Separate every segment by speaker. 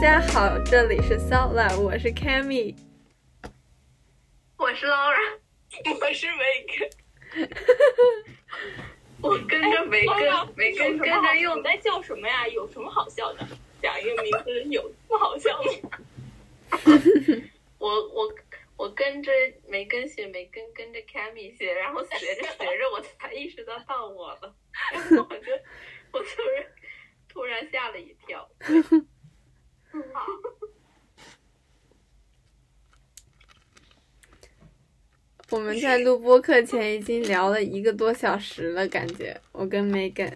Speaker 1: 家好，这里是 Sound Lab，我是 Cammy，
Speaker 2: 我是 Laura，
Speaker 3: 我是维根，
Speaker 2: 我跟着
Speaker 3: 哎
Speaker 2: 梅根，梅根跟着
Speaker 3: 用
Speaker 2: 用
Speaker 3: 你在叫什么呀？有什么好笑的？讲一个名字有什么好笑吗？
Speaker 2: 我我我跟着梅根学，梅根跟着 Cammy 学，然后学着学着，我才意识到到我了， 然后我就我突然突然吓了一跳。好，
Speaker 1: 我们在录播课前已经聊了一个多小时了，感觉我跟 Megan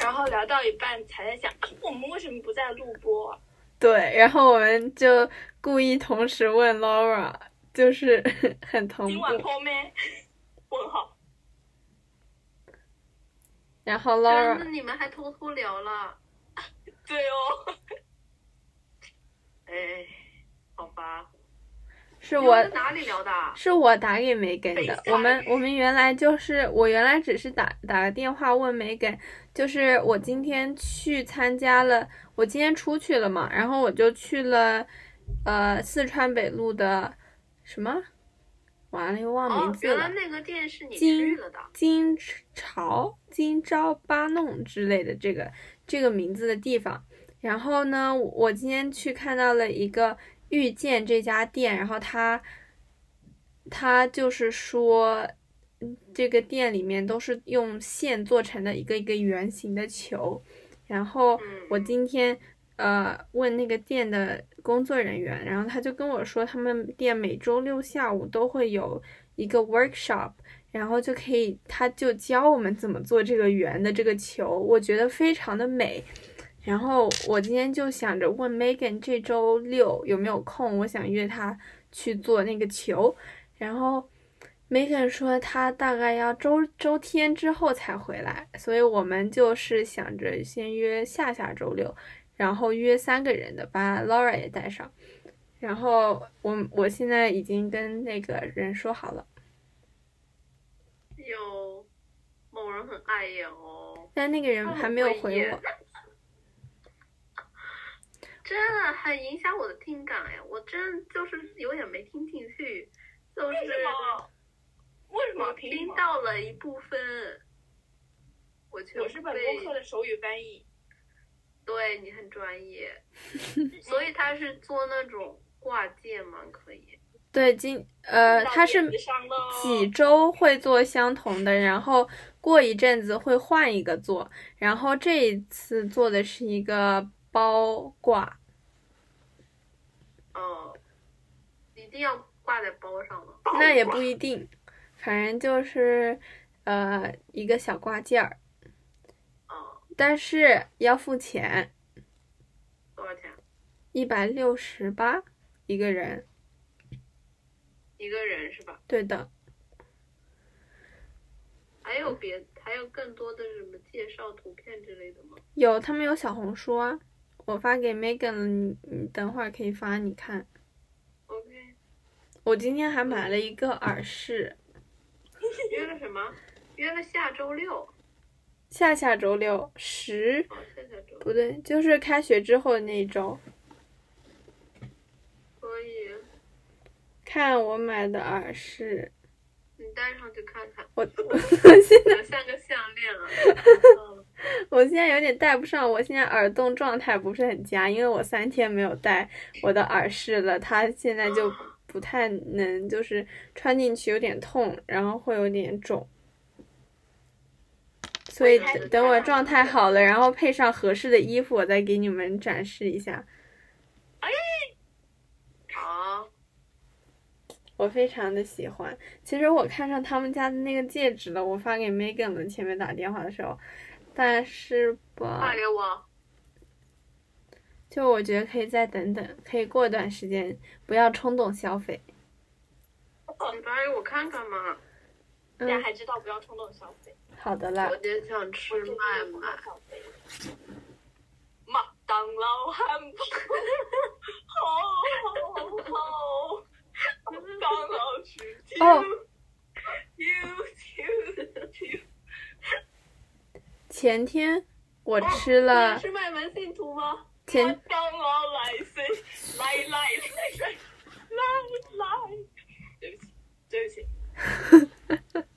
Speaker 3: 然后聊到一半才在想，啊我们为什么不在录播啊？
Speaker 1: 对，然后我们就故意同时问 Laura，就是 很同
Speaker 3: 今
Speaker 1: 步，
Speaker 3: 晚播没？ 问号。
Speaker 1: 然后
Speaker 2: 真的
Speaker 1: Laura
Speaker 2: 啊你们还偷偷聊了，
Speaker 3: 对哦，
Speaker 2: 哎，好吧，
Speaker 1: 是
Speaker 2: 你们
Speaker 1: 我
Speaker 2: 在哪里聊的？啊
Speaker 1: 是我打给梅根
Speaker 3: 北
Speaker 1: 的。
Speaker 3: 塞
Speaker 1: 我们我们原来就是我原来只是打打个电话问梅根，就是我今天去参加了，我今天出去了嘛，然后我就去了，呃，四川北路的什么，完了又忘名
Speaker 2: 哦，
Speaker 1: 字
Speaker 2: 原
Speaker 1: 了。
Speaker 2: 来那个店是你
Speaker 1: 金
Speaker 2: 去了的。
Speaker 1: 金朝、金朝巴弄之类的这个这个名字的地方。然后呢，我我今天去看到了一个遇见这家店，然后他他就是说，嗯这个店里面都是用线做成的一个一个圆形的球。然后
Speaker 2: 嗯
Speaker 1: 我今天呃问那个店的工作人员，然后他就跟我说，他们店每周六下午都会有一个 workshop，然后就可以，他就教我们怎么做这个圆的这个球，我觉得非常的美。然后我今天就想着问 Megan 这周六有没有空，我想约她去做那个球。然后 Megan 说她大概要周周天之后才回来，所以我们就是想着先约下下周六，然后约三个人的，把 Laura 也带上。然后我我现在已经跟那个人说好了。
Speaker 2: 有某人很碍眼哦，
Speaker 1: 但那个人还没有回我。
Speaker 2: 这很影响我的听感哎，我真就是有点没听进去，就
Speaker 3: 为
Speaker 2: 是
Speaker 3: 什么？为什么
Speaker 2: 我
Speaker 3: 凭什
Speaker 2: 听
Speaker 3: 么？
Speaker 2: 到了一部分，我全
Speaker 3: 我是本播客
Speaker 2: 被
Speaker 3: 的手语翻译。
Speaker 2: 对你很专业，
Speaker 3: 嗯
Speaker 2: 所以他是做那种挂件嘛，可以，
Speaker 1: 对，今呃，他是几
Speaker 3: 几
Speaker 1: 周会做相同的，然后过一阵子会换一个做，然后这一次做的是一个包挂，
Speaker 2: 哦，一定要挂在包上吗？
Speaker 1: 那也不一定，反正就是呃一个小挂件儿，
Speaker 2: 哦，
Speaker 1: 但是要付钱，
Speaker 2: 多少钱？
Speaker 1: 一百六十八一个人，
Speaker 2: 一个人是吧？
Speaker 1: 对的，
Speaker 2: 还有别还有更多的什么介绍图片之类的吗？
Speaker 1: 有他们有小红书啊，我发给 Megan 了，你你等会儿可以发你看。
Speaker 2: OK，
Speaker 1: 我今天还买了一个耳饰，
Speaker 2: 约了什么？约了下周六，
Speaker 1: 下下周六十
Speaker 2: 哦，下下周，
Speaker 1: 不对，就是开学之后的那一周，
Speaker 2: 所以
Speaker 1: 看我买的耳饰，
Speaker 2: 你戴上去看看，
Speaker 1: 我我现
Speaker 2: 有像个项链啊。嗯
Speaker 1: 我现在有点戴不上，我现在耳洞状态不是很佳，因为我三天没有戴我的耳饰了，它现在就不太能，就是穿进去有点痛，然后会有点肿。所以等等我状态好了，然后配上合适的衣服，我再给你们展示一下。
Speaker 2: 好，
Speaker 1: 我非常的喜欢。其实我看上他们家的那个戒指了，我发给 Megan 了，前面打电话的时候，但是吧
Speaker 2: 发，给我。
Speaker 1: 就我觉得可以再等等，可以过段时间，不要冲动消费。
Speaker 2: 你发给我看看嘛，
Speaker 3: 大家
Speaker 1: 嗯，
Speaker 3: 还知道不要冲动消费。
Speaker 1: 好的啦
Speaker 2: 我，点想吃麦麦。
Speaker 3: 麦当劳汉堡，好好好，麦当劳是 Q
Speaker 1: 哦
Speaker 3: Q Q Q，
Speaker 1: 前天我吃
Speaker 2: 你也
Speaker 1: 了
Speaker 2: 是麦门信徒吗？
Speaker 3: 我
Speaker 1: 前
Speaker 3: 当老来信，来来来来来来，对不起，对不起，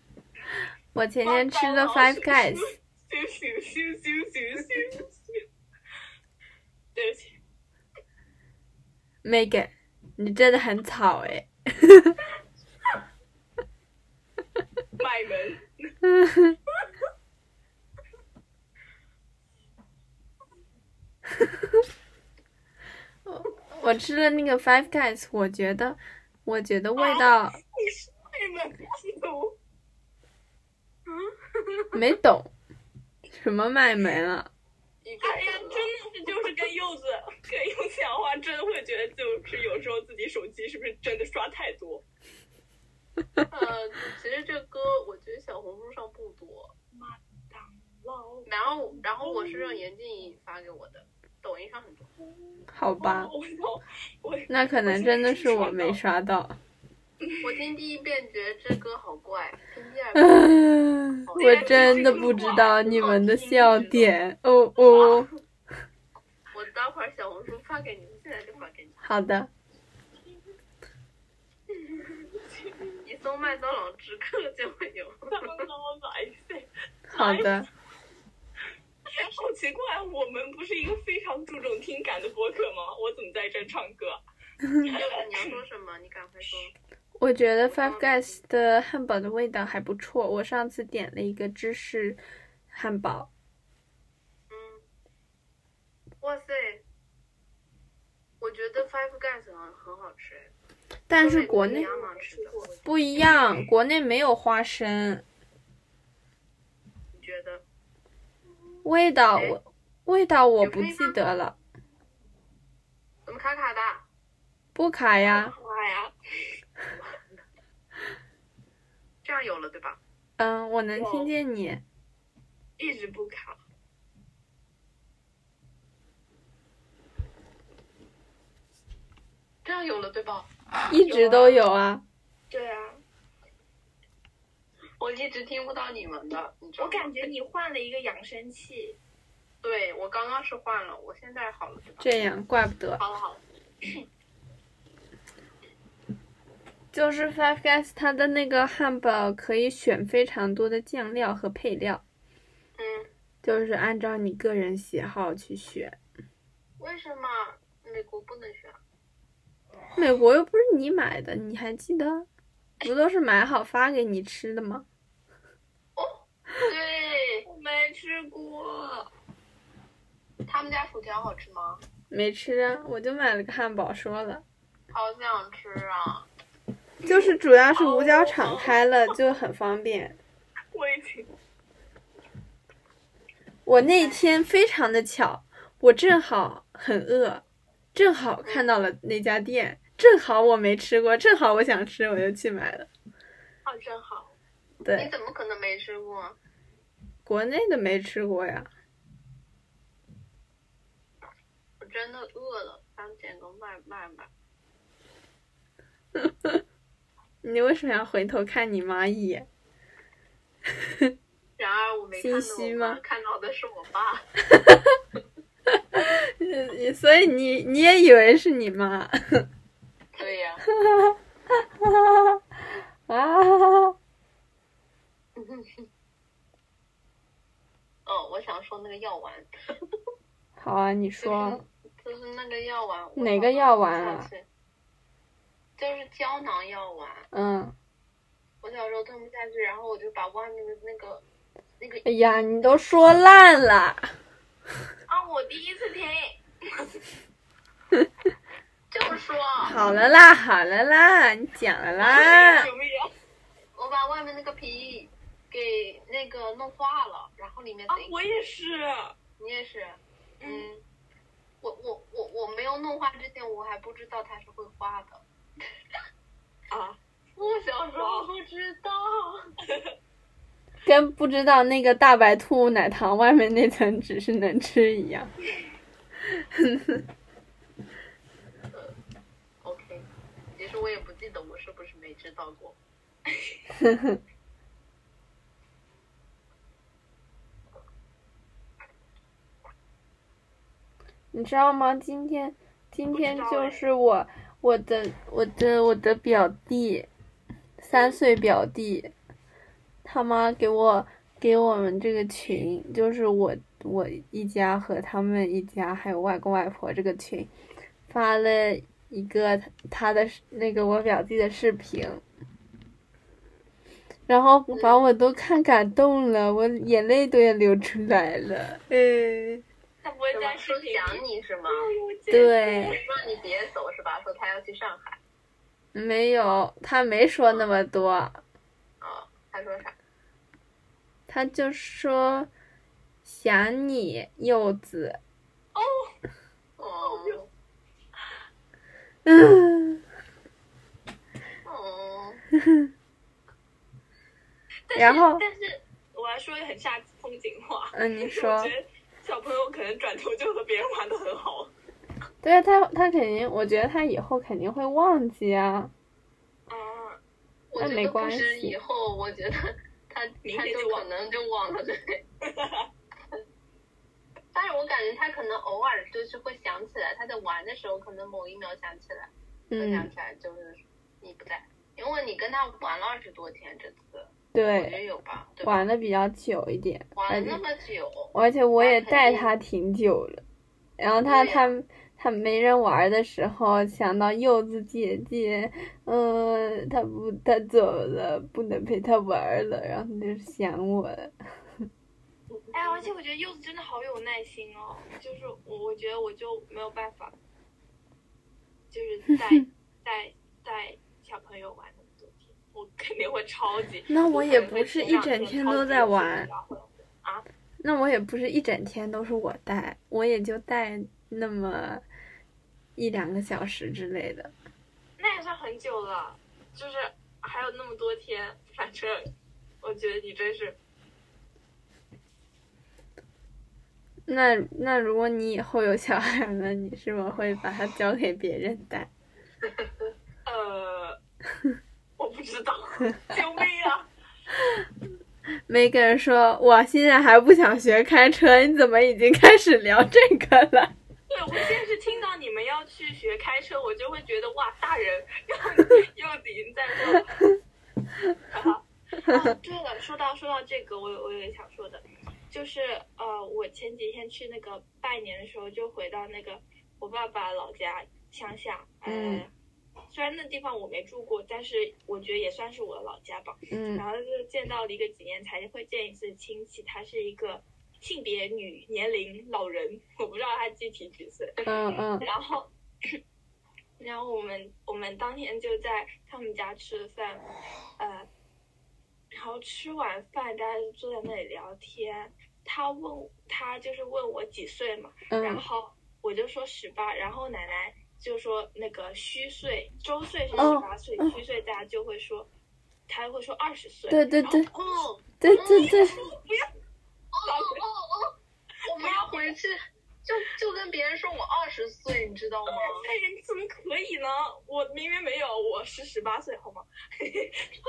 Speaker 1: 我前
Speaker 3: 我
Speaker 1: 天吃
Speaker 3: 当
Speaker 1: 的
Speaker 3: 老
Speaker 1: Five
Speaker 3: 是
Speaker 1: Guys，
Speaker 3: 咻咻咻咻咻咻咻，对不起，
Speaker 1: Megan，你真的很吵哎、
Speaker 3: 麦门，
Speaker 1: 我吃了那个 Five Guys，我觉得，我觉得味道
Speaker 3: 你是哎麦门信徒。
Speaker 1: 没懂，什么啊卖萌了？
Speaker 2: 一个
Speaker 3: 哎呀，真的是就是跟柚子跟柚子讲话，真的会觉得就是有时候自己手机是不是真的刷太多？
Speaker 2: 呃， 其实这歌我觉得小红书上不多，
Speaker 3: 老
Speaker 2: 然后然后我是让严静怡发给我的，抖音上很多。
Speaker 1: 好吧，
Speaker 3: 我操，我
Speaker 1: 那可能真的是我没刷到。
Speaker 2: 我听第一遍觉得这歌好怪，听第二遍
Speaker 1: 嗯我真的不知道你们的笑点哦哦。
Speaker 2: 我待会儿小红书发给你们，现在就发给你。
Speaker 1: 好的，
Speaker 2: 你搜麦当劳直客就会有。
Speaker 3: 当老来塞。
Speaker 1: 好的，
Speaker 3: 好奇怪，我们不是一个非常注重听感的播客吗？我怎么在这唱歌？
Speaker 2: 柚子，你要说什么？你赶快说。
Speaker 1: 我觉得 Five Guys 的汉堡的味道还不错。我上次点了一个芝士汉堡，
Speaker 2: 嗯，哇塞，我觉得 Five Guys 很很好吃，哎
Speaker 1: 但是
Speaker 2: 跟
Speaker 1: 国内
Speaker 2: 美国一样难吃的，
Speaker 1: 不一样，国内没有花生，
Speaker 2: 你觉得？
Speaker 1: 味道
Speaker 2: 哎
Speaker 1: 我味道我不记得了，
Speaker 2: 怎么卡卡的？
Speaker 1: 不卡呀，
Speaker 3: 妈呀，
Speaker 2: 这样有了对吧？
Speaker 1: 嗯，我能听见你，
Speaker 3: 一直不卡。
Speaker 2: 这样有了对吧？
Speaker 1: 一直都有啊，
Speaker 3: 对啊，
Speaker 2: 我一直听不到你们的，你知道
Speaker 3: 我
Speaker 2: 吗？
Speaker 3: 感觉你换了一个扬声器。
Speaker 2: 对我刚刚是换了，我现在好了对吧？
Speaker 1: 这样怪不得。
Speaker 2: 好了好了，
Speaker 1: 就是 Five Guys 它的那个汉堡可以选非常多的酱料和配料，
Speaker 2: 嗯，
Speaker 1: 就是按照你个人喜好去选。
Speaker 2: 为什么美国不能选？
Speaker 1: 美国又不是你买的，你还记得？不都是买好发给你吃的吗？
Speaker 2: 对，
Speaker 3: 我没吃过，
Speaker 2: 他们家薯条好吃吗？
Speaker 1: 没吃啊，我就买了个汉堡，说了，
Speaker 2: 好想吃啊！
Speaker 1: 就是主要是五角场开了就很方便。
Speaker 3: 我已经
Speaker 1: 我那天非常的巧，我正好很饿，正好看到了那家店，正好我没吃过，正好我想吃，我就去买了。
Speaker 3: 啊，真好。
Speaker 1: 对
Speaker 2: 你，怎么可能没吃过？
Speaker 1: 国内的没吃过呀。
Speaker 2: 我真的饿了，想点个外卖吧。
Speaker 1: 你为什么要回头看你妈一眼？
Speaker 2: 然而我没看到
Speaker 1: 心虚
Speaker 2: 我
Speaker 1: 吗
Speaker 2: 妈看到的是我爸。
Speaker 1: 你 所以你你也以为是你妈 啊？
Speaker 2: 对呀、
Speaker 1: 啊
Speaker 2: 哦，我想说那个药丸，
Speaker 1: 好啊，你
Speaker 2: 就是
Speaker 1: 说
Speaker 2: 就是那个药丸，我
Speaker 1: 哪个药丸
Speaker 2: 小时候
Speaker 1: 啊
Speaker 2: 下去？就是胶囊药丸。
Speaker 1: 嗯，
Speaker 2: 我小时候吞不下去，然后我就把外面的那个那个
Speaker 1: 哎呀，你都说烂了，
Speaker 2: 啊，我第一次听，就是说，
Speaker 1: 好了啦，好了啦，你讲了啦，
Speaker 3: 什么呀？
Speaker 2: 我把外面那个皮给那个弄化了，然后里面
Speaker 3: 啊
Speaker 2: 贼，
Speaker 3: 我也是。啊
Speaker 2: 你也是，嗯，我我我我没有弄化之前，我还不知道它是会化的。
Speaker 3: 啊，
Speaker 2: 我小时候不知道，
Speaker 1: 跟不知道那个大白兔奶糖外面那层纸是能吃一样。
Speaker 2: OK，其实我也不记得我是不是没知道过。
Speaker 1: 你知道吗？今天今天就是我我的我的我的表弟，三岁表弟，他妈给我给我们这个群，就是我我一家和他们一家还有外公外婆这个群，发了一个他的那个我表弟的视频。然后把我都看感动了，我眼泪都要流出来了。
Speaker 3: 嗯，他不会
Speaker 2: 是
Speaker 3: 在
Speaker 2: 吗？
Speaker 3: 视
Speaker 2: 说
Speaker 3: 频哦
Speaker 2: 想你是吗？
Speaker 1: 对，
Speaker 2: 让你别走是吧？说他要去上海，
Speaker 1: 没有，他没说那么多，
Speaker 2: 哦，他说啥？
Speaker 1: 他就说想你柚子。
Speaker 3: 哦，
Speaker 2: 哦，
Speaker 1: 嗯，
Speaker 2: 哦，
Speaker 3: 但是
Speaker 1: 然后
Speaker 3: 但是我还说一个很煞风景话，
Speaker 1: 嗯你
Speaker 3: 就是
Speaker 1: 说
Speaker 3: 我觉得小朋友可能转头就和别人玩的很好，
Speaker 1: 对啊，他他肯定，我觉得他以后肯定会忘记啊。
Speaker 2: 啊
Speaker 3: 嗯，
Speaker 2: 我
Speaker 1: 那
Speaker 2: 觉
Speaker 1: 没
Speaker 2: 得不
Speaker 1: 关
Speaker 2: 是
Speaker 1: 系
Speaker 2: 以后，我觉得他
Speaker 3: 明
Speaker 2: 他
Speaker 3: 天
Speaker 2: 就
Speaker 3: 就
Speaker 2: 可
Speaker 3: 忘
Speaker 2: 能就忘了。对 但是我感觉他可能偶尔就是会想起来，他在玩的时候可能某一秒想起来，会想
Speaker 1: 嗯，
Speaker 2: 起来就是你不在，因为你跟他玩了二十多天，这次我觉
Speaker 1: 对，
Speaker 2: 得有吧，对吧？
Speaker 1: 玩的比较久一点，而
Speaker 2: 玩
Speaker 1: 且
Speaker 2: 那么久，
Speaker 1: 而且我也带他挺久了。然后他
Speaker 2: 对
Speaker 1: 他他没人玩的时候，想到柚子姐姐，嗯，他不他走了，不能陪他玩了，然后他就想我了。
Speaker 3: 哎，而且我觉得柚子真的好有耐心哦，就是我我觉得我就没有办法， 就是带带带小朋友玩那么多天，我肯定会超级。
Speaker 1: 那我也
Speaker 3: 可能会
Speaker 1: 不是
Speaker 3: 前两
Speaker 1: 一整
Speaker 3: 天
Speaker 1: 天
Speaker 3: 超
Speaker 1: 都
Speaker 3: 级
Speaker 1: 在
Speaker 3: 有兴趣
Speaker 1: 玩
Speaker 3: 然后
Speaker 1: 那我也不是一整天都是我带，我也就带那么一两个小时之类的。
Speaker 3: 那也算很久了，就是还有那么多天，反正我觉得你真是
Speaker 1: 那那如果你以后有小孩了，你是否会把他交给别人带？
Speaker 3: 呃，我不知道， 救命啊！
Speaker 1: 梅根说：“我现在还不想学开车，你怎么已经开始聊这个了
Speaker 3: 对，我现在是听到你们要去学开车，我就会觉得哇，大人又又已经在这了。 啊哦，对了，说到说到这个，我有我有点想说的，就是呃，我前几天去那个拜年的时候，就回到那个我爸爸老家乡下，呃、
Speaker 1: 嗯，
Speaker 3: 虽然那地方我没住过，但是我觉得也算是我的老家吧。？”
Speaker 1: 嗯
Speaker 3: 然后就见到了一个几年才会见一次亲戚，她是一个性别女、年龄老人，我不知道她具体几岁。
Speaker 1: 嗯嗯
Speaker 3: 然后， 然后我们我们当天就在他们家吃饭，呃，然后吃完饭大家就坐在那里聊天。他问他就是问我几岁嘛，然
Speaker 1: 嗯，
Speaker 3: 后我就说十八，然后奶奶就说那个虚岁，周岁是
Speaker 1: 哦
Speaker 3: 十八岁，
Speaker 1: 哦
Speaker 3: 虚岁大家就会说，他会说二十岁。
Speaker 1: 对对对
Speaker 3: 然后
Speaker 2: 哦
Speaker 1: 对对对，
Speaker 2: 哦哦哦， 我们要回去，就就跟别人说我二十岁，你知道吗？
Speaker 3: 哎呀，你怎么可以呢？我明明没有，我是十八岁，好吗？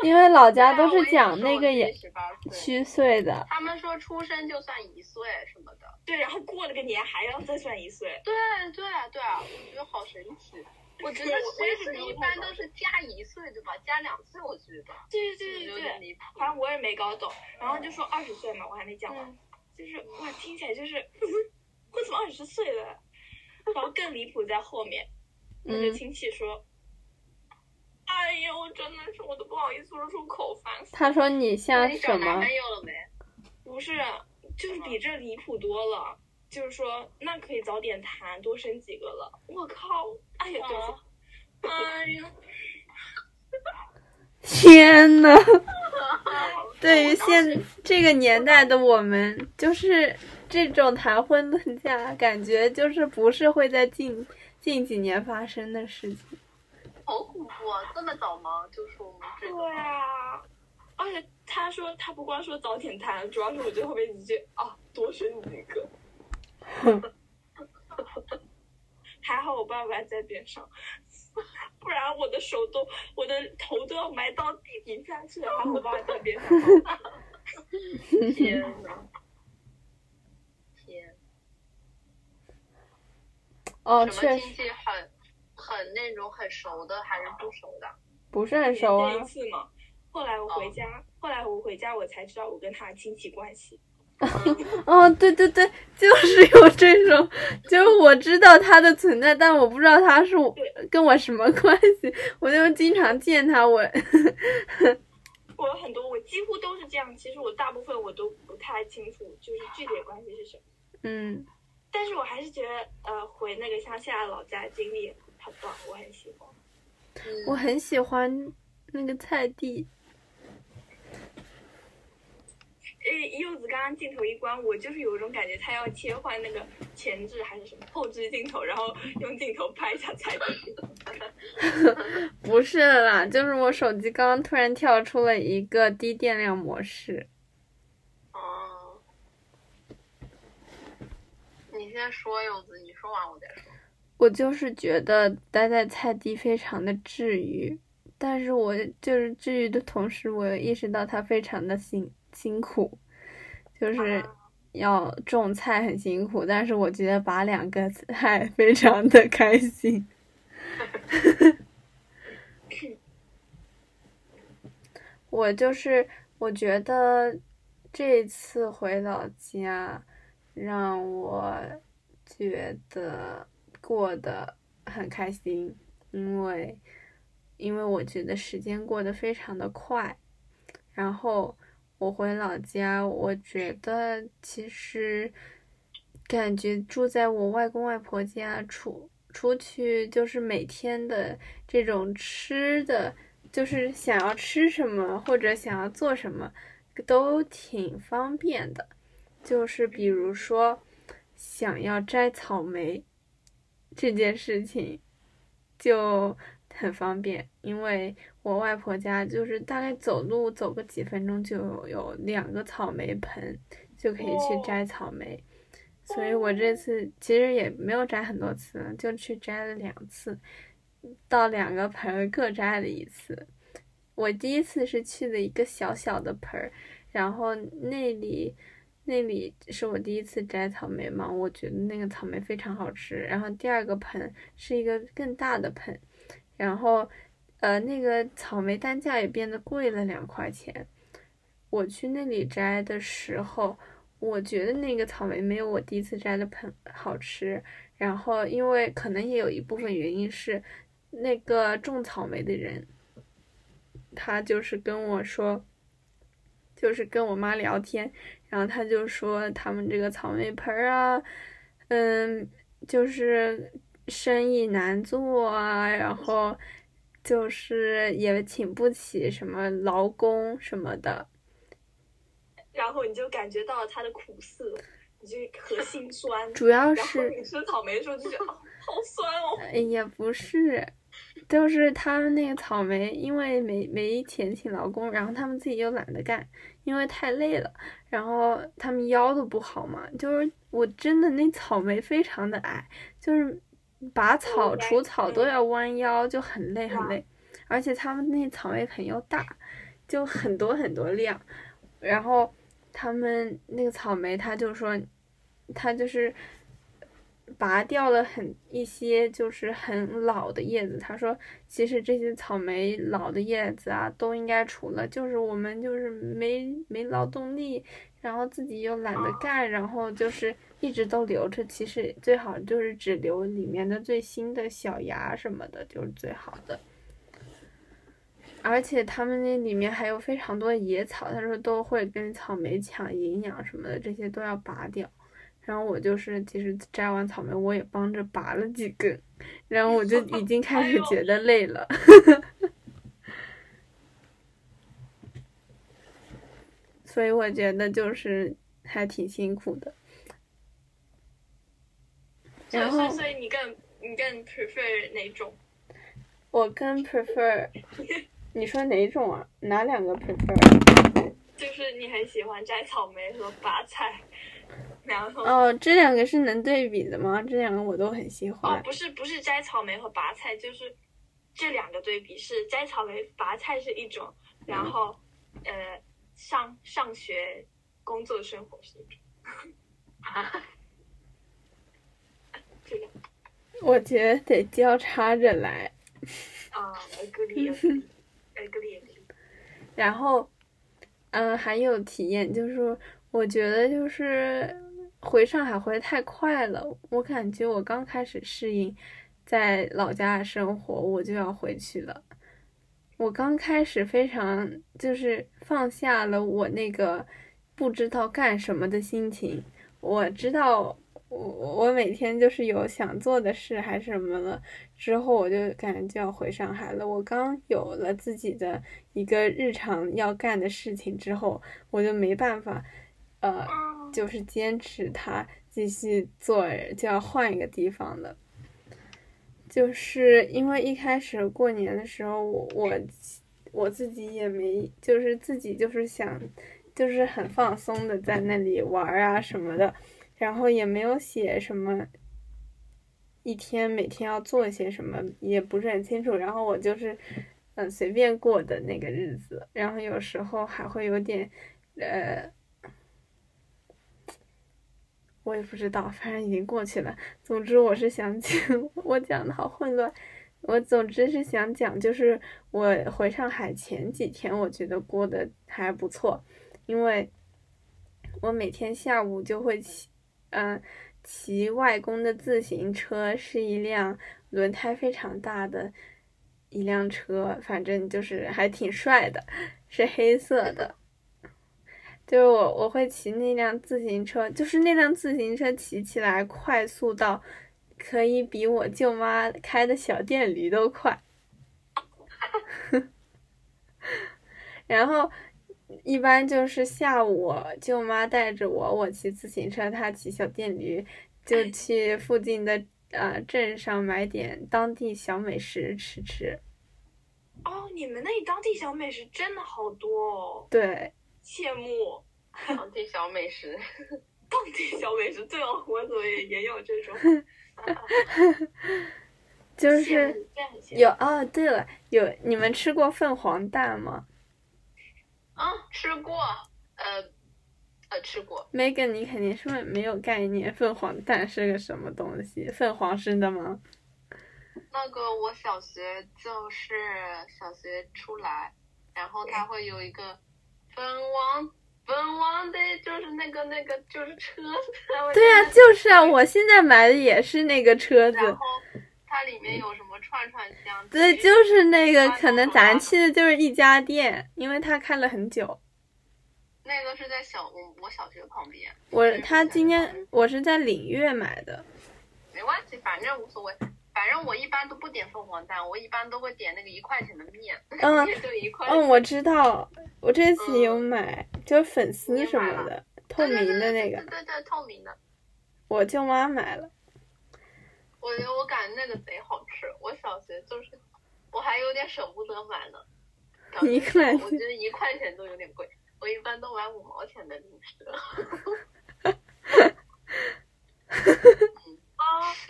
Speaker 1: 因为老家啊都是讲那个也
Speaker 2: 十八岁，
Speaker 1: 虚岁的，
Speaker 2: 他们说出生就算一岁什么的。
Speaker 3: 对，然后过了个年还要再算一岁。
Speaker 2: 对对啊对啊，我觉得好神奇。我觉得
Speaker 3: 我也
Speaker 2: 其
Speaker 3: 是
Speaker 2: 实
Speaker 3: 迷
Speaker 2: 一
Speaker 3: 惑
Speaker 2: 般
Speaker 3: 的
Speaker 2: 都是加一岁对吧？加两岁我觉得
Speaker 3: 对对对
Speaker 2: 有
Speaker 3: 对
Speaker 2: 点
Speaker 3: 对，
Speaker 2: 离谱。
Speaker 3: 反正我也没搞懂。然后就说二十岁嘛，我还没讲完，
Speaker 2: 嗯
Speaker 3: 就是哇，听起来就是我怎么二十岁了？然后更离谱在后面，那个
Speaker 1: 嗯
Speaker 3: 亲戚说：“哎呦，真的是我都不好意思说出口，烦死了。
Speaker 1: 他说你像
Speaker 2: 那你
Speaker 1: 什
Speaker 2: 找男
Speaker 1: 么？
Speaker 2: 朋友了没？”
Speaker 3: 不是，就是比这离谱多了。就是说，那可以早点谈，多生几个了。我靠！哎呀，对不起，哎呀，
Speaker 1: 天 呐！对于现这个年代的我们，就是这种谈婚论嫁，感觉就是不是会在近近几年发生的事情。
Speaker 2: 好恐怖啊！这么早吗？就是我们这个。
Speaker 3: 对啊，而且他说他不光说早点谈，主要是我觉得后面几句啊，多生几个。 还好我爸爸在边上， 不然我的手都我的头都要埋到地底下去了。还好我爸爸在 边上，
Speaker 2: 天呐！天，
Speaker 1: 哦，
Speaker 2: 什么
Speaker 1: 确
Speaker 2: 亲
Speaker 1: 实
Speaker 2: 戚很很那种很熟的，还是不熟的？
Speaker 1: 不是很熟
Speaker 3: 这一
Speaker 1: 啊。
Speaker 3: 次嘛。后来我回家，后来我回家，我才知道我跟他的亲戚关系。
Speaker 1: 哦，对对对，就是有这种，就是我知道他的存在，但我不知道他是我跟我什么关系。我就经常见他，我
Speaker 3: 我有很多，我几乎都是这样。其实我大部分我都不太清楚，就是具体的关系是什么。
Speaker 1: 嗯
Speaker 3: 但是我还是觉得，呃，回那个乡下老家经历很棒，我很喜欢。
Speaker 2: 嗯
Speaker 1: 我很喜欢那个菜地。
Speaker 3: 因为柚子刚刚镜头一关，我就是有一种感觉，他要切换那个前置还是什么后置镜头，然后用镜头拍一下菜地。
Speaker 1: 不是啦，就是我手机刚刚突然跳出了一个低电量模式。
Speaker 2: 哦，嗯你先说柚子，你说完我再说。
Speaker 1: 我就是觉得待在菜地非常的治愈，但是我就是治愈的同时，我又意识到它非常的辛辛苦，就是要种菜很辛苦，但是我觉得拔两个菜非常的开心。我就是我觉得这次回老家让我觉得过得很开心，因为因为我觉得时间过得非常的快。然后我回老家，我觉得其实感觉住在我外公外婆家，出出去就是每天的这种吃的，就是想要吃什么或者想要做什么，都挺方便的。就是比如说，想要摘草莓这件事情就很方便，因为我外婆家就是大概走路走个几分钟就有有两个草莓盆，就可以去摘草莓。所以我这次其实也没有摘很多次了，就去摘了两次，到两个盆儿各摘了一次。我第一次是去了一个小小的盆儿，然后那里那里是我第一次摘草莓嘛，我觉得那个草莓非常好吃。然后第二个盆是一个更大的盆，然后呃那个草莓单价也变得贵了两块钱。我去那里摘的时候，我觉得那个草莓没有我第一次摘的盆好吃。然后因为可能也有一部分原因是那个种草莓的人，他就是跟我说。就是跟我妈聊天，然后她就说他们这个草莓盆儿啊，嗯，就是生意难做啊，然后就是也请不起什么劳工什么的。
Speaker 3: 然后你就感觉到了它的苦涩，你就核心酸。
Speaker 1: 主要
Speaker 3: 然后
Speaker 1: 是，
Speaker 3: 你吃草莓的时候就觉得、哦、好酸哦。
Speaker 1: 哎也不是，就是他们那个草莓，因为没没钱请劳工，然后他们自己又懒得干，因为太累了，然后他们腰都不好嘛。就是我真的那草莓非常的矮，就是拔草
Speaker 3: 应该
Speaker 1: 除草
Speaker 3: 是
Speaker 1: 都要弯腰，就很累很累。而且他们那草莓盆又大，就很多很多量。然后他们那个草莓，他就说，他就是拔掉了很一些就是很老的叶子。他说，其实这些草莓老的叶子啊，都应该除了，就是我们就是没没劳动力，然后自己又懒得干，然后就是一直都留着。其实最好就是只留里面的最新的小芽什么的，就是最好的。而且他们那里面还有非常多的野草，他说都会跟草莓抢营养什么的，这些都要拔掉。然后我就是其实摘完草莓，我也帮着拔了几根，然后我就已经开始觉得累了。 所以我觉得就是还挺辛苦的。
Speaker 3: 所 以
Speaker 1: 然
Speaker 3: 所以
Speaker 1: 后
Speaker 3: 所以你更你更 prefer 哪种？
Speaker 1: 我更 prefer，你说哪种啊？哪两个 prefer？
Speaker 3: 就是你很喜欢摘草莓和拔菜，然后。
Speaker 1: 哦，这两个是能对比的吗？这两个我都很喜
Speaker 3: 哦
Speaker 1: 欢，。
Speaker 3: 不是不是摘草莓和拔菜，就是这两个对比是摘草莓、拔菜是一种，然后呃上上学、工作、生活是一种。这样，
Speaker 1: 我觉得得交叉着来，
Speaker 3: 啊，agree，agree，agree。agree，agree
Speaker 1: 然后，嗯，还有体验就是，我觉得就是回上海回得太快了，我感觉我刚开始适应在老家的生活，我就要回去了。我刚开始非常就是放下了我那个不知道干什么的心情，我知道我我每天就是有想做的事还是什么了，之后我就感觉就要回上海了。我刚有了自己的一个日常要干的事情之后，我就没办法，呃，
Speaker 3: 嗯
Speaker 1: 就是坚持它继续做，就要换一个地方了。就是因为一开始过年的时候，我我我自己也没，就是自己就是想，就是很放松的在那里玩儿啊什么的，然后也没有写什么一天每天要做些什么，也不是很清楚。然后我就是嗯随便过的那个日子，然后有时候还会有点呃。我也不知道，反正已经过去了。总之，我是想讲， 我讲的好混乱。我总之是想讲，就是我回上海前几天，我觉得过得还不错，因为我每天下午就会骑，嗯、骑外公的自行车，是一辆轮胎非常大的一辆车，反正就是还挺帅的，是黑色的。就是我我会骑那辆自行车，就是那辆自行车骑起来快速到可以比我舅妈开的小电驴都快。 然后一般就是下午我舅妈带着我，我骑自行车，她骑小电驴，就去附近的呃镇上买点当地小美食吃吃。
Speaker 3: 哦，你们那里当地小美食真的好多哦，
Speaker 1: 对，
Speaker 3: 羡慕。
Speaker 2: 当地小美食，
Speaker 3: 当地小美食，对哦，我怎么也也有这种
Speaker 1: 就
Speaker 3: 羡
Speaker 1: 是
Speaker 3: 慕，这样很羡慕
Speaker 1: 有哦。对了，有你们吃过凤凰蛋吗？
Speaker 2: 啊，吃过，呃，呃，吃过，
Speaker 1: Megan，你肯定是没没有概念，凤凰蛋是个什么东西？凤凰是的吗？
Speaker 2: 那个我小学就是小学出来，然后它会有一个分汪分汪的，就是那个那个就是车，
Speaker 1: 对啊，就是啊，我现在买的也是那个车子，
Speaker 2: 然后它里面有什么串串香？
Speaker 1: 对，就是那个，可能咱去的就是一家店，因为他开了很久。
Speaker 2: 那个是在小我我小学旁边，
Speaker 1: 我他今天我是在领月买的，
Speaker 2: 没关系，反正无所谓。反正我一般都不点凤凰蛋，我一般都会点那个一块钱的面，
Speaker 1: 嗯
Speaker 2: 面就一块钱。
Speaker 1: 嗯，我知道，我这次有买，就是粉丝什么的，透明的那
Speaker 2: 对
Speaker 1: 个，
Speaker 2: 对对对对，透明的。
Speaker 1: 我舅妈买了。
Speaker 2: 我觉得我感觉那个贼好吃，我小学就是，我还有点舍不得买呢。小
Speaker 1: 你
Speaker 2: 学
Speaker 1: 看
Speaker 2: 我觉得一块钱都有点贵，我一般都买五毛钱的零食。
Speaker 3: 哦。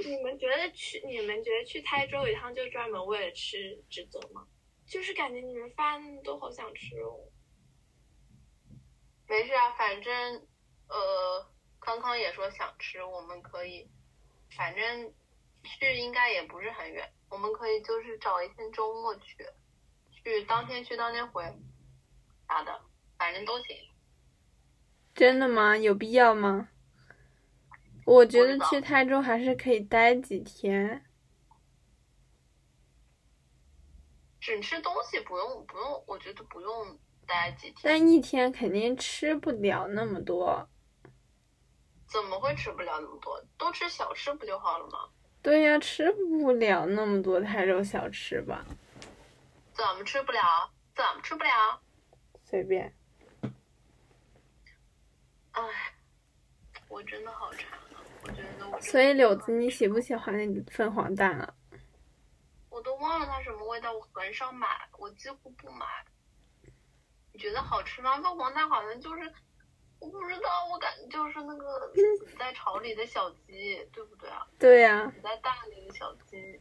Speaker 3: 你们觉得去你们觉得去台州一趟就专门为了吃值得吗？就是感觉你们饭都好想吃哦。
Speaker 2: 没事啊，反正呃，康康也说想吃，我们可以，反正去应该也不是很远，我们可以就是找一天周末去，去当天去当天回，啥的，反正都行。
Speaker 1: 真的吗？有必要吗？我觉得
Speaker 2: 不知道
Speaker 1: 去台州还是可以待几天。
Speaker 2: 只吃东西不用不用，我觉得不用待几天，
Speaker 1: 但一天肯定吃不了那么多。
Speaker 2: 怎么会吃不了那么多？都吃小吃不就好了吗？
Speaker 1: 对呀、吃不了那么多台州小吃吧？
Speaker 2: 怎么吃不了？怎么吃不了？
Speaker 1: 随便。
Speaker 2: 唉，我真的好馋啊！我觉得我真的
Speaker 1: 所以柳子，你喜不喜欢凤凰蛋啊？
Speaker 2: 我都忘了它什么味道，我很少买，我几乎不买。你觉得好吃吗？凤凰蛋好像就是，我不知道，我感觉就是那个死在巢里的小鸡，对不对啊？
Speaker 1: 对呀、
Speaker 2: 死在蛋里的小鸡，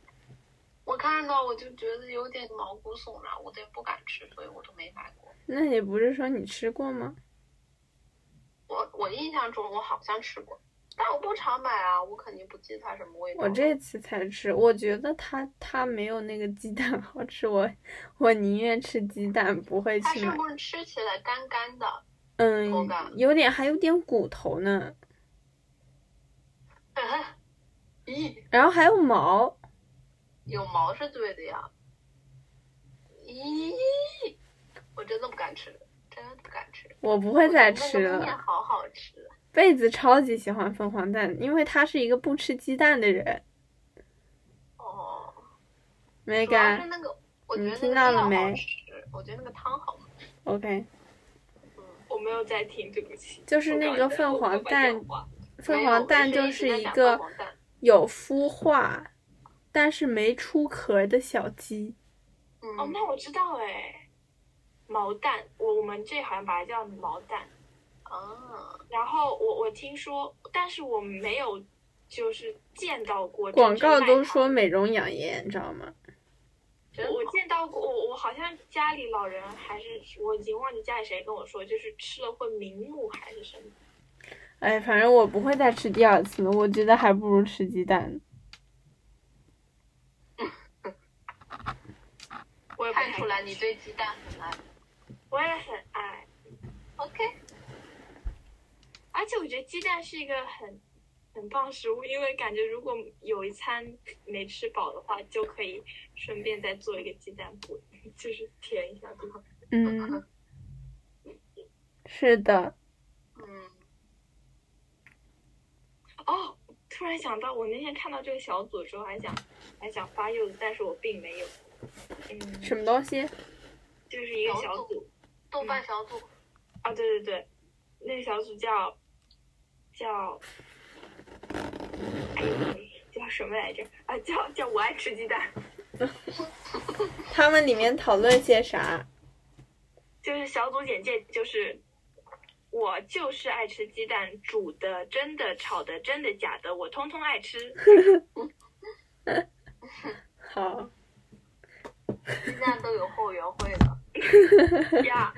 Speaker 2: 我看到我就觉得有点毛骨悚然，我都不敢吃，所以我都没买过。
Speaker 1: 那你不是说你吃过吗？
Speaker 2: 我我印象中我好像吃过，但我不常买啊，我肯定不记得它什么味道。
Speaker 1: 我这次才吃，我觉得它它没有那个鸡蛋好吃，我我宁愿吃鸡蛋，不会
Speaker 2: 它
Speaker 1: 去
Speaker 2: 是
Speaker 1: 买。
Speaker 2: 不是吃起来干干的？
Speaker 1: 嗯
Speaker 2: 口感，
Speaker 1: 有点还有点骨头呢，
Speaker 2: 咦，
Speaker 1: 然后还有毛，
Speaker 2: 有毛是对的呀。咦，我真的不敢吃，真的不敢吃。
Speaker 1: 我不会再吃
Speaker 2: 那个面
Speaker 1: 了。
Speaker 2: 好好吃，
Speaker 1: 贝子超级喜欢凤凰蛋，因为他是一个不吃鸡蛋的人。
Speaker 2: 哦。
Speaker 1: 没
Speaker 2: 主要是
Speaker 1: 敢
Speaker 2: 那个，我觉
Speaker 1: 你
Speaker 2: 得那
Speaker 1: 听
Speaker 2: 个
Speaker 1: 到了
Speaker 2: 料好
Speaker 1: 没
Speaker 2: 吃我觉得那个汤好吃。
Speaker 1: ，OK，
Speaker 3: 我没有在听，对不起。
Speaker 1: 就是那个凤凰蛋，凤凰蛋就一
Speaker 2: 没有
Speaker 1: 个
Speaker 2: 我我一直在想凤凰蛋
Speaker 1: 有孵化，但是没出壳的小鸡。
Speaker 2: 嗯，
Speaker 3: 哦，那我知道哎，毛蛋，我我们这好像把它叫毛蛋。
Speaker 2: 啊，
Speaker 3: 然后我我听说，但是我没有就是见到过
Speaker 1: 广
Speaker 3: 真正
Speaker 1: 告
Speaker 3: 卖
Speaker 1: 都
Speaker 3: 它
Speaker 1: 说美容养颜，你知道吗？
Speaker 2: 真
Speaker 3: 我
Speaker 2: 好
Speaker 3: 见到过，我我好像家里老人还是我已经忘记家里谁跟我说，就是吃了会明目还是什么。
Speaker 1: 哎，反正我不会再吃第二次了，我觉得还不如吃鸡蛋。
Speaker 3: 我也不
Speaker 2: 看
Speaker 3: 太
Speaker 2: 出来你对鸡蛋很爱。
Speaker 3: 我也很爱，
Speaker 2: OK，
Speaker 3: 而且我觉得鸡蛋是一个很很棒食物，因为感觉如果有一餐没吃饱的话，就可以顺便再做一个鸡蛋补， 就是填一下肚子。
Speaker 1: 嗯，是的，
Speaker 2: 嗯，
Speaker 3: 哦，突然想到，我那天看到这个小组之后，还想还想发柚子，但是我并没有。嗯，
Speaker 1: 什么东西？
Speaker 3: 就是一个
Speaker 2: 小
Speaker 3: 小
Speaker 2: 组
Speaker 3: 组。
Speaker 2: 豆瓣小组
Speaker 3: 啊，对对对，那个小组叫叫，哎呦喂，叫什么来着？啊，叫叫我爱吃鸡蛋，
Speaker 1: 他们里面讨论些啥？
Speaker 3: 就是小组简介，就是我就是爱吃鸡蛋，煮的、蒸的、炒的、真的、假的，我通通爱吃。
Speaker 1: 好，
Speaker 2: 鸡蛋都有后援会的。
Speaker 3: 呀，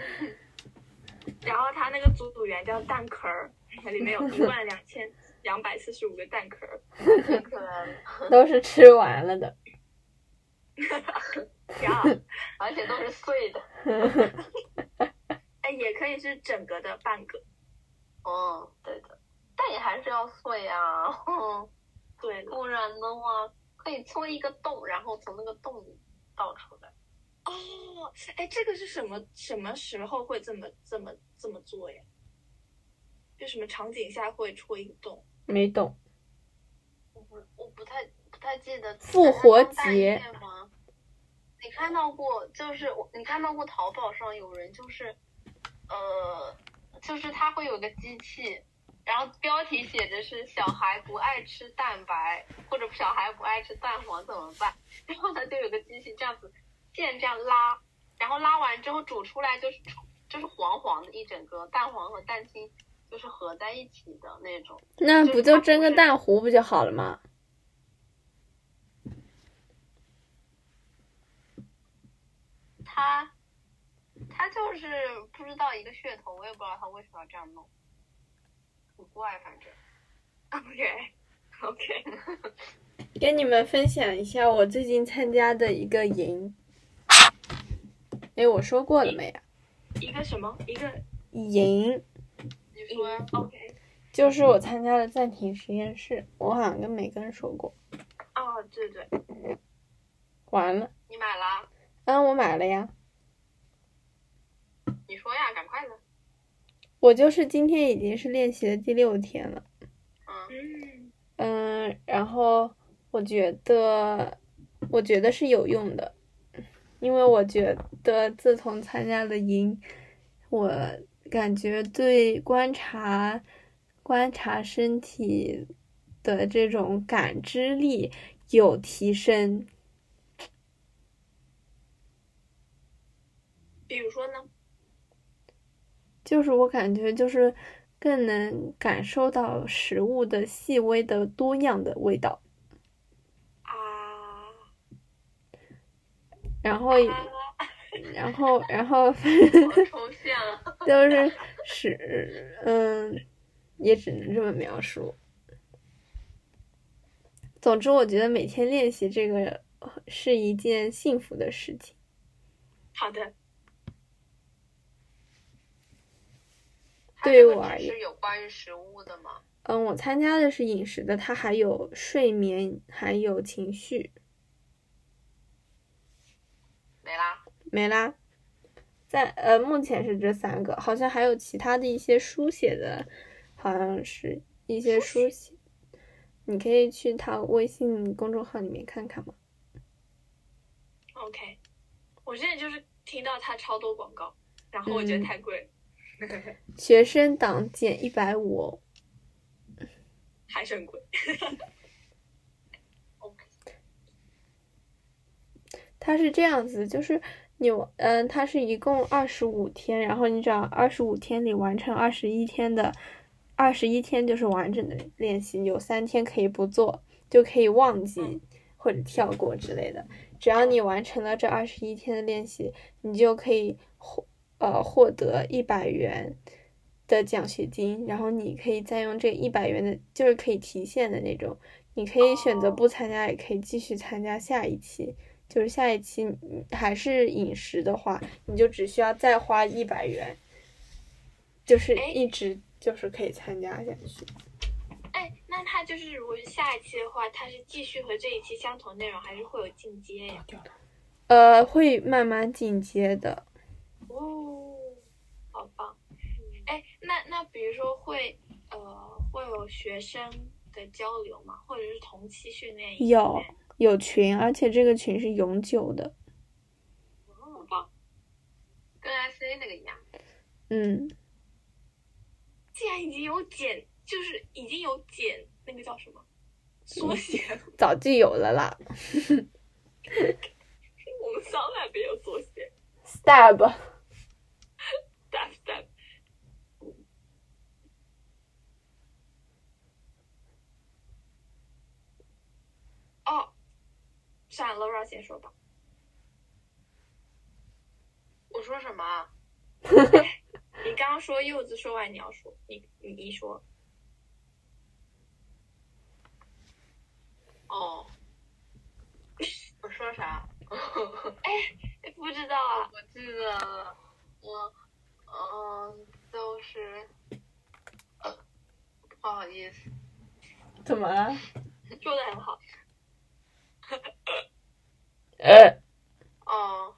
Speaker 3: 然后他那个组组员叫蛋壳儿，里面有一万两千两百四十五个蛋壳儿。
Speaker 2: 太可爱了，
Speaker 1: 都是吃完了的。
Speaker 3: 呀，
Speaker 2: 而且都是碎的。
Speaker 3: 哎，也可以是整个的、半个。
Speaker 2: 嗯，对的，但也还是要碎啊， 嗯
Speaker 3: 对了，
Speaker 2: 不然的话可以戳一个洞，然后从那个洞里倒出来。
Speaker 3: 哦，哎，这个是什么什么时候会这么这么这么做呀？就什么场景下会戳一个洞？
Speaker 1: 没懂，
Speaker 2: 我不，我不太不太记得
Speaker 1: 复活节
Speaker 2: 大家看大夜吗？你看到过，就是我你看到过淘宝上有人就是，呃，就是他会有个机器，然后标题写着是小孩不爱吃蛋白，或者小孩不爱吃蛋黄怎么办？ 然后他就有个机器这样子线这样拉，然后拉完之后煮出来就是就是黄黄的一整个蛋黄和蛋清就是合在一起的那种。
Speaker 1: 那不就蒸个蛋糊不就好了吗？
Speaker 2: 他他就是不知道一个噱头，我也不知道他为什么要这样弄，很怪，反 正
Speaker 3: OK OK，
Speaker 1: 跟你们分享一下我最近参加的一个营。哎，我说过了没呀？
Speaker 3: 一个什么一个
Speaker 1: 营
Speaker 2: 你
Speaker 3: 嗯
Speaker 2: 说哦
Speaker 3: OK
Speaker 1: 就是我参加了暂停实验室，我好像跟梅根说过。
Speaker 3: 哦，对对，
Speaker 1: 完了，
Speaker 2: 你买啦，
Speaker 1: 嗯，我买了呀。
Speaker 2: 你说呀，赶快的，
Speaker 1: 我就是今天已经是练习的第六天了，
Speaker 2: 嗯
Speaker 3: 嗯，
Speaker 1: 嗯，然后我觉得，我觉得是有用的，因为我觉得自从参加了营，我感觉对观察、观察身体的这种感知力有提升。
Speaker 3: 比如说呢，
Speaker 1: 就是我感觉就是更能感受到食物的细微的多样的味道，
Speaker 3: 啊，
Speaker 1: 然后，然后，然后
Speaker 2: 好抽 象啊，
Speaker 1: 就是是，嗯，也只能这么描述。总之，我觉得每天练习这个是一件幸福的事情。
Speaker 3: 好的，
Speaker 2: 它
Speaker 1: 对
Speaker 2: 这
Speaker 1: 于
Speaker 2: 个
Speaker 1: 我
Speaker 2: 只
Speaker 1: 而言
Speaker 2: 是有关于食物的吗？
Speaker 1: 嗯，我参加的是饮食的，它还有睡眠，还有情绪，
Speaker 2: 没啦。
Speaker 1: 没啦。在呃，目前是这三个，好像还有其他的一些书写的，好像是一些书写，你可以去他微信公众号里面看看嘛。
Speaker 3: OK，我现在就是听到它超多广告，然后我觉得
Speaker 1: 嗯
Speaker 3: 太贵了，
Speaker 2: 嗯
Speaker 1: 学生党减一百五，
Speaker 3: 还是很贵。
Speaker 1: 它是这样子，就是你嗯，它是一共二十五天，然后你只要二十五天里完成二十一天的，二十一天就是完整的练习，有三天可以不做，就可以忘记或者跳过之类的。只要你完成了这二十一天的练习，你就可以获呃获得一百元的奖学金，然后你可以再用这一百元的，就是可以提现的那种，你可以选择不参加，也可以继续参加下一期。就是下一期你还是饮食的话，你就只需要再花一百元，就是
Speaker 3: 哎
Speaker 1: 一直就是可以参加下去。
Speaker 3: 哎，那它就是如果是下一期的话，它是继续和这一期相同内容，还是会有进阶呀？
Speaker 1: 呃，会慢慢进阶的。
Speaker 3: 哦，好棒！哎，那那比如说会呃会有学生的交流吗？或者是同期训练营里
Speaker 1: 有
Speaker 3: 面？
Speaker 1: 有群，而且这个群是永久的。
Speaker 3: 好棒！
Speaker 2: 跟 S A 那个一样，
Speaker 1: 嗯，
Speaker 3: 既然已经有减，就是已经有减那个叫什么缩 写了，
Speaker 1: 早就有了啦。
Speaker 3: 我们商量没有缩写
Speaker 1: Stab，
Speaker 3: ，step step。哦，算了，Laura 先说吧。
Speaker 2: 我说什么啊？
Speaker 3: 你刚刚说柚子说完，你要说，你你一说，
Speaker 2: 哦，我说啥？
Speaker 3: 哎，不知道啊，
Speaker 2: 我记得我，嗯，就是，呃不好意思，
Speaker 1: 怎么了？
Speaker 3: 说的很好。
Speaker 1: 呃，
Speaker 2: 哦，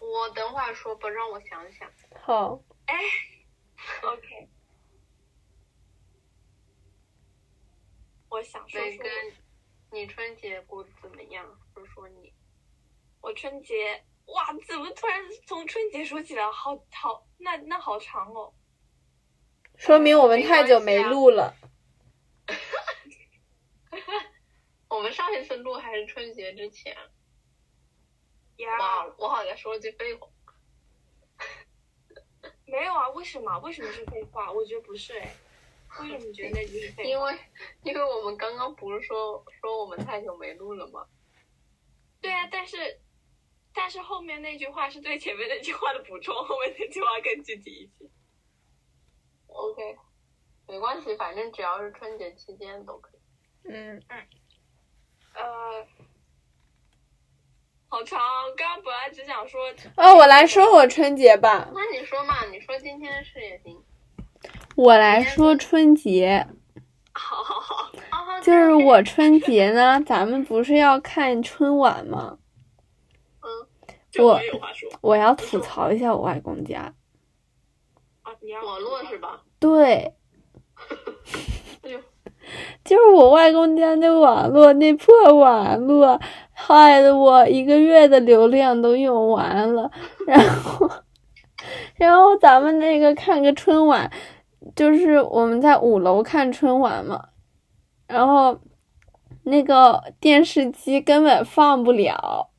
Speaker 2: 我等会儿说吧，让我想想。
Speaker 1: 好，
Speaker 3: OK，我想说
Speaker 2: 梅
Speaker 3: 说
Speaker 2: 根，你春节过得怎么样？说说你。
Speaker 3: 我春节，哇，怎么突然从春节说起来？好好，那那好长哦。
Speaker 1: 说明我们
Speaker 2: 没
Speaker 1: 太久
Speaker 2: 关系
Speaker 1: 没
Speaker 2: 啊
Speaker 1: 录了。
Speaker 2: 我们上一次录还是春节之前。
Speaker 3: 呀、
Speaker 2: 哇，哦我好像说了句废话。
Speaker 3: 没有啊？为什么？为什么是废话？我觉得不是哎，为什么觉得那句是废话？
Speaker 2: 因为 因为我们刚刚不是说说我们太久没录了吗？
Speaker 3: 对啊，但是但是后面那句话是对前面那句话的补充，后面那句话更具体一些。
Speaker 2: OK，没关系，反正只要是春节期间都可以。
Speaker 1: 嗯，
Speaker 3: 呃，好长啊、我刚刚本来只想说，
Speaker 1: 哦，我来说我春节吧。
Speaker 2: 那你说嘛，你说今天的事也行。
Speaker 1: 我来说春节。
Speaker 3: 好好好，
Speaker 2: 啊
Speaker 1: 就是我春节呢，咱们不是要看春晚吗？
Speaker 3: 这
Speaker 1: 我
Speaker 3: 我也有话说
Speaker 1: 我要吐槽一下我外公家，
Speaker 3: 啊！你要
Speaker 2: 网络是吧？
Speaker 1: 对
Speaker 2: 哎呦，
Speaker 1: 就是我外公家那网络那破网络，害得我一个月的流量都用完了，然后， 然后咱们那个看个春晚，就是我们在五楼看春晚嘛，然后那个电视机根本放不了，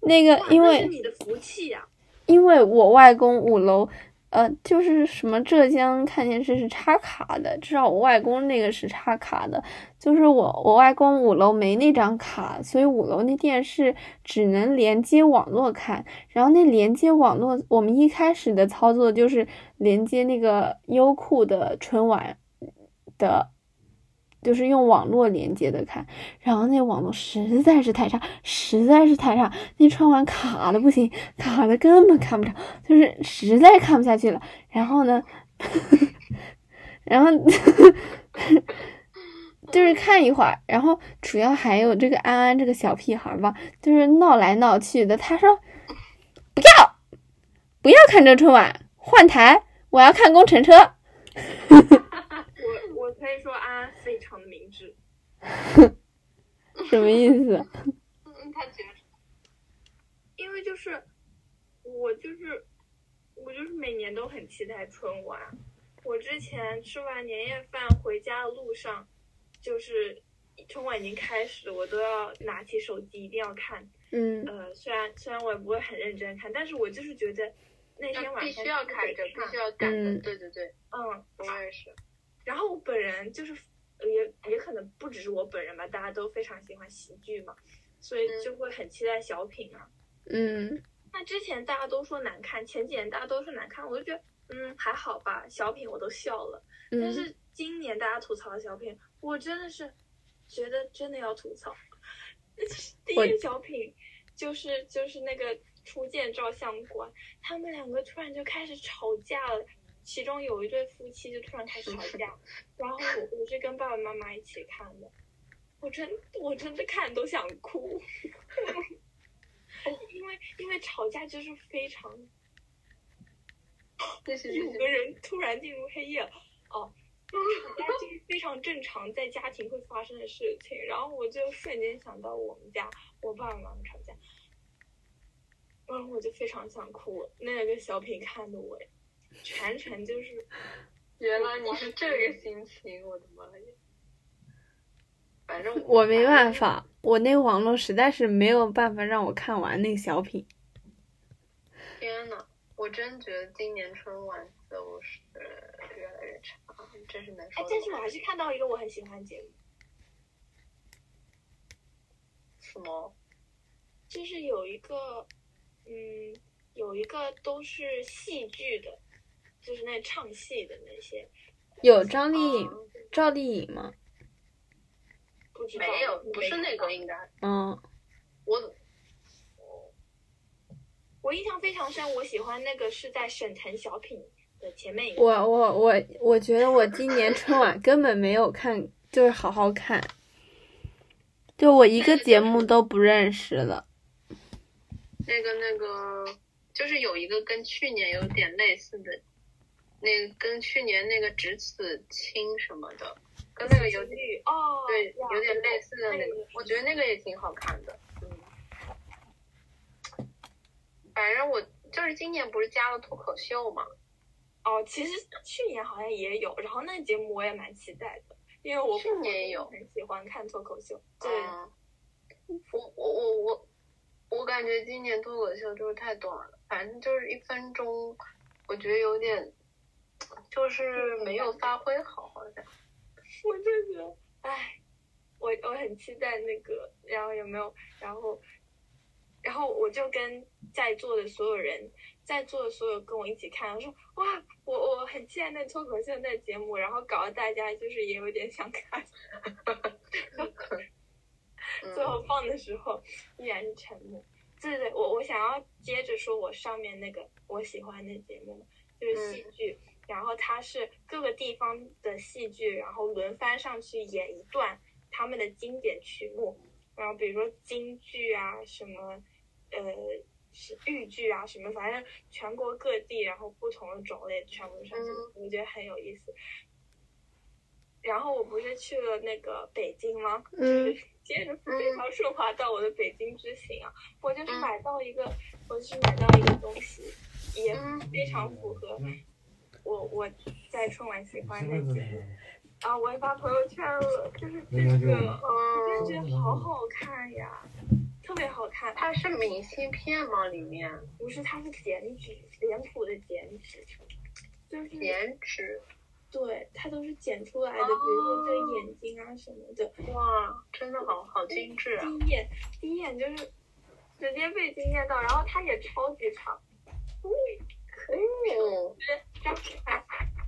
Speaker 1: 那个因
Speaker 3: 哇那
Speaker 1: 为
Speaker 3: 是你的福气呀、
Speaker 1: 因为我外公五楼，呃，就是什么浙江看电视是插卡的，至少我外公那个是插卡的，就是我我外公五楼没那张卡，所以五楼那电视只能连接网络看。然后那连接网络，我们一开始的操作就是连接那个优酷的春晚。的，就是用网络连接的看，然后那网络实在是太差，实在是太差，那穿完卡的不行，卡的根本看不着，就是实在看不下去了。然后呢， 然后 就是看一会儿，然后主要还有这个安安这个小屁孩吧，就是闹来闹去的。他说：“不要，不要看这春晚，换台，我要看工程车。
Speaker 3: 我我可以说安安非常的明智，”
Speaker 1: 什么意思？
Speaker 2: 嗯，他觉得
Speaker 3: 因为就是我就是我就是每年都很期待春晚。我之前吃完年夜饭回家的路上，就是春晚已经开始，我都要拿起手机一定要看。
Speaker 1: 嗯
Speaker 3: 呃，虽然虽然我也不会很认真看，但是我就是觉得那天晚上
Speaker 2: 必须要看着，
Speaker 3: 得
Speaker 2: 必须要赶着，
Speaker 1: 嗯
Speaker 2: 对对对，
Speaker 3: 嗯，
Speaker 2: 我也是。
Speaker 3: 然后我本人就是呃也也可能不只是我本人吧，大家都非常喜欢喜剧嘛，所
Speaker 2: 嗯
Speaker 3: 以就会很期待小品啊。
Speaker 1: 嗯
Speaker 3: 那之前大家都说难看，前几年大家都说难看，我就觉得嗯还好吧，小品我都笑了。但
Speaker 1: 嗯，
Speaker 3: 是今年大家吐槽的小品，我真的是觉得真的要吐槽。 第一
Speaker 1: 我
Speaker 3: 个小品就是就是那个初见照相馆，他们两个突然就开始吵架了。其中有一对夫妻就突然开始吵架，然后我我是跟爸爸妈妈一起看的，我真我真的看都想哭， 因为因为吵架就是非常
Speaker 2: 这是
Speaker 3: 有个人突然进入黑夜了，哦，吵架这是非常正常在家庭会发生的事情。然后我就瞬间想到我们家我爸爸妈妈吵架，然后我就非常想哭。那个小品看的我，全程就是
Speaker 2: 原来你是这个心情，我的妈呀！反正
Speaker 1: 我没办，法，我那网络实在是没有办法让我看完那个小品。
Speaker 2: 天呐，我真觉得今年春晚就是越来越差，真是难受
Speaker 3: 哎
Speaker 2: 的。，
Speaker 3: 但是我还是看到一个我很喜欢的节目，
Speaker 2: 什么？
Speaker 3: 就是有一个，嗯，有一个都是戏剧的，就是那唱戏的那些，
Speaker 1: 有张
Speaker 2: 啊
Speaker 1: 丽颖、赵丽颖吗？
Speaker 3: 不知道
Speaker 2: 没有，不是
Speaker 3: 看
Speaker 2: 那
Speaker 3: 到
Speaker 2: 个，应该
Speaker 1: 嗯
Speaker 2: 我
Speaker 3: 我印象非常深，我喜欢那个是在沈腾小品的前面一个，
Speaker 1: 我我我我觉得我今年春晚根本没有看，就是好好看，就我一个节目都不认识了。
Speaker 2: 那个那个，就是有一个跟去年有点类似的，那个跟去年那个只此青什么的，跟那个有点
Speaker 3: 绿哦，
Speaker 2: 对
Speaker 3: 呀
Speaker 2: 有点类似的那
Speaker 3: 那
Speaker 2: 个
Speaker 3: 个，
Speaker 2: 我觉得那个也挺好看的。嗯，反正我就是今年不是加了脱口秀嘛，
Speaker 3: 哦，其实去年好像也有，然后那个节目我也蛮期待的，因为我
Speaker 2: 去年也有
Speaker 3: 很喜欢看脱口秀，对，
Speaker 2: 嗯，我我我我我感觉今年脱口秀就是太短了，反正就是一分钟，我觉得有点就是没有发挥好，好 像
Speaker 3: 我就觉得，哎，我我很期待那个，然后有没有，然后，然后我就跟在座的所有人，在座的所有跟我一起看，我说哇，我我很期待那脱口秀那节目，然后搞得大家就是也有点想看，最
Speaker 2: 嗯
Speaker 3: 后放的时候依然是沉默。对对，我我想要接着说我上面那个我喜欢的节目，就是戏剧，然后它是各个地方的戏剧，然后轮番上去演一段他们的经典曲目，然后比如说京剧啊，什么呃是豫剧啊，什么反正全国各地，然后不同的种类全部上去，我觉得很有意思。然后我不是去了那个北京吗？
Speaker 1: 嗯，
Speaker 3: 接着非常顺滑到我的北京之行啊，我就是买到一个，我就是买到一个东西，也
Speaker 2: 嗯，
Speaker 3: 非常符合我我在春晚喜欢的节目啊，我也发朋友圈了，就是这个，我就觉得好好看呀，特别好看，
Speaker 2: 它是明信片吗？里面
Speaker 3: 不是它是剪纸，脸谱的剪纸，就是
Speaker 2: 颜值
Speaker 3: 对它都是剪出来的，比如说这眼睛啊什么的，
Speaker 2: 哇，真的好好精致啊！
Speaker 3: 第一眼，第一眼就是直接被惊艳到，然后它也超级长，
Speaker 2: 嗯，
Speaker 3: 然后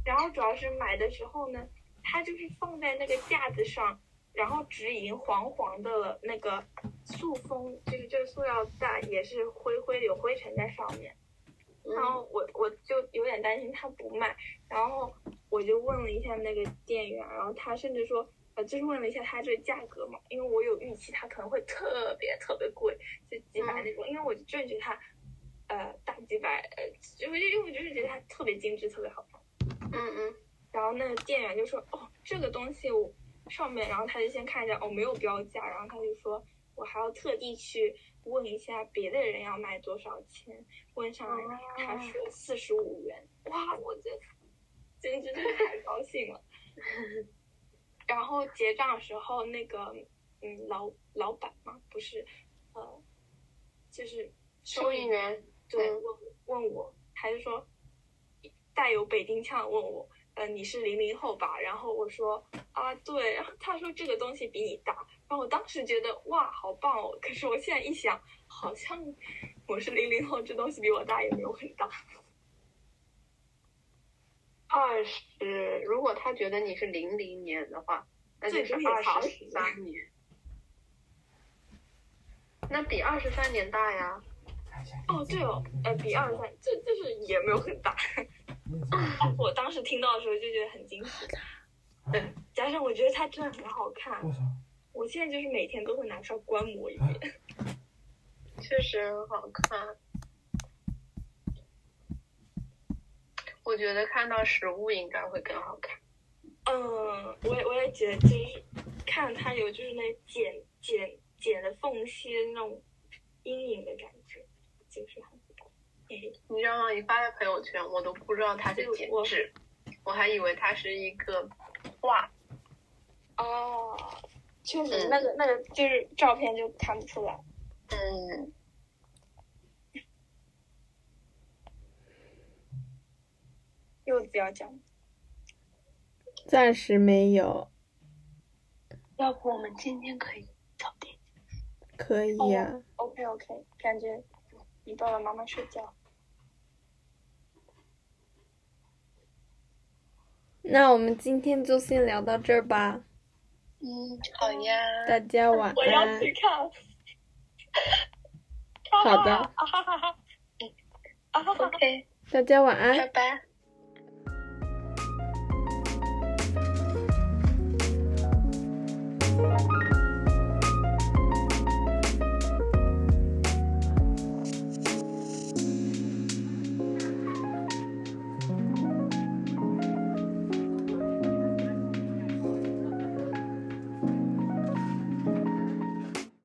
Speaker 3: 然后主要是买的时候呢，它就是放在那个架子上，然后直营黄黄的那个塑封，就是就是塑料袋，也是灰灰有灰尘在上面。
Speaker 2: 嗯
Speaker 3: 然后我我就有点担心他不卖，然后我呃就问了一下那个店员，然后他甚至说，呃，就是问了一下他这个价格嘛，因为我有预期他可能会特别特别贵，就几百那种，因为我真的觉得他，呃，大几百，呃，就就因为我就是觉得它特别精致，特别好看。
Speaker 2: 嗯嗯，
Speaker 3: 然后那个店员就说，哦，这个东西我上面，然后他就先看一下，哦，没有标价，然后他就说我还要特地去问一下别的人要卖多少钱，问上来他说四十五元，哇，我觉得简直就是太高兴了。 然后结账的时候，那个嗯老老板嘛，不是呃，就是
Speaker 2: 收银员，
Speaker 3: 对，
Speaker 2: 嗯
Speaker 3: 问问我，还是说带有北京腔地问我，呃，你是零零后吧？然后我说啊，对。 然后他说这个东西比你大，然后我当时觉得哇，好棒哦。可是我现在一想，好像我是零零后，这东西比我大也没有很大。
Speaker 2: 二十，如果他觉得你是零零年的话，那就是二十三年，那比二十三年大呀。
Speaker 3: 哦，对哦，呃，比二十三，这就是也没有很大。啊我当时听到的时候就觉得很惊喜，对，加上我觉得它真的很好看，我现在就是每天都会拿出来观摩一遍。
Speaker 2: 确实很好看。我觉得看到实物应该会更好看。
Speaker 3: 嗯，我也我也觉得，就是看它有就是那剪剪剪的缝隙的那种阴影的感觉，就是很不错。嘿嘿
Speaker 2: 你知道吗？你发在朋友圈，我都不知道它是剪纸，我还以为它是一个画。
Speaker 3: 哦，确实，
Speaker 2: 嗯
Speaker 3: 那个那个就是照片就看不出来。
Speaker 2: 嗯，
Speaker 3: 柚子要讲，
Speaker 1: 暂时没有，
Speaker 2: 要不我们今天可以早点。
Speaker 1: 可以
Speaker 3: 哦
Speaker 1: 呀、
Speaker 3: OK OK，感觉你爸爸妈妈睡觉。
Speaker 1: 那我们今天就先聊到这儿吧，
Speaker 2: 嗯，好呀。
Speaker 1: 大家晚
Speaker 3: 我要
Speaker 1: 安。
Speaker 3: 去看。
Speaker 1: 好的，
Speaker 3: 啊哈哈哈！啊哈哈哈！
Speaker 2: OK，
Speaker 1: 大家晚安。
Speaker 2: 拜拜。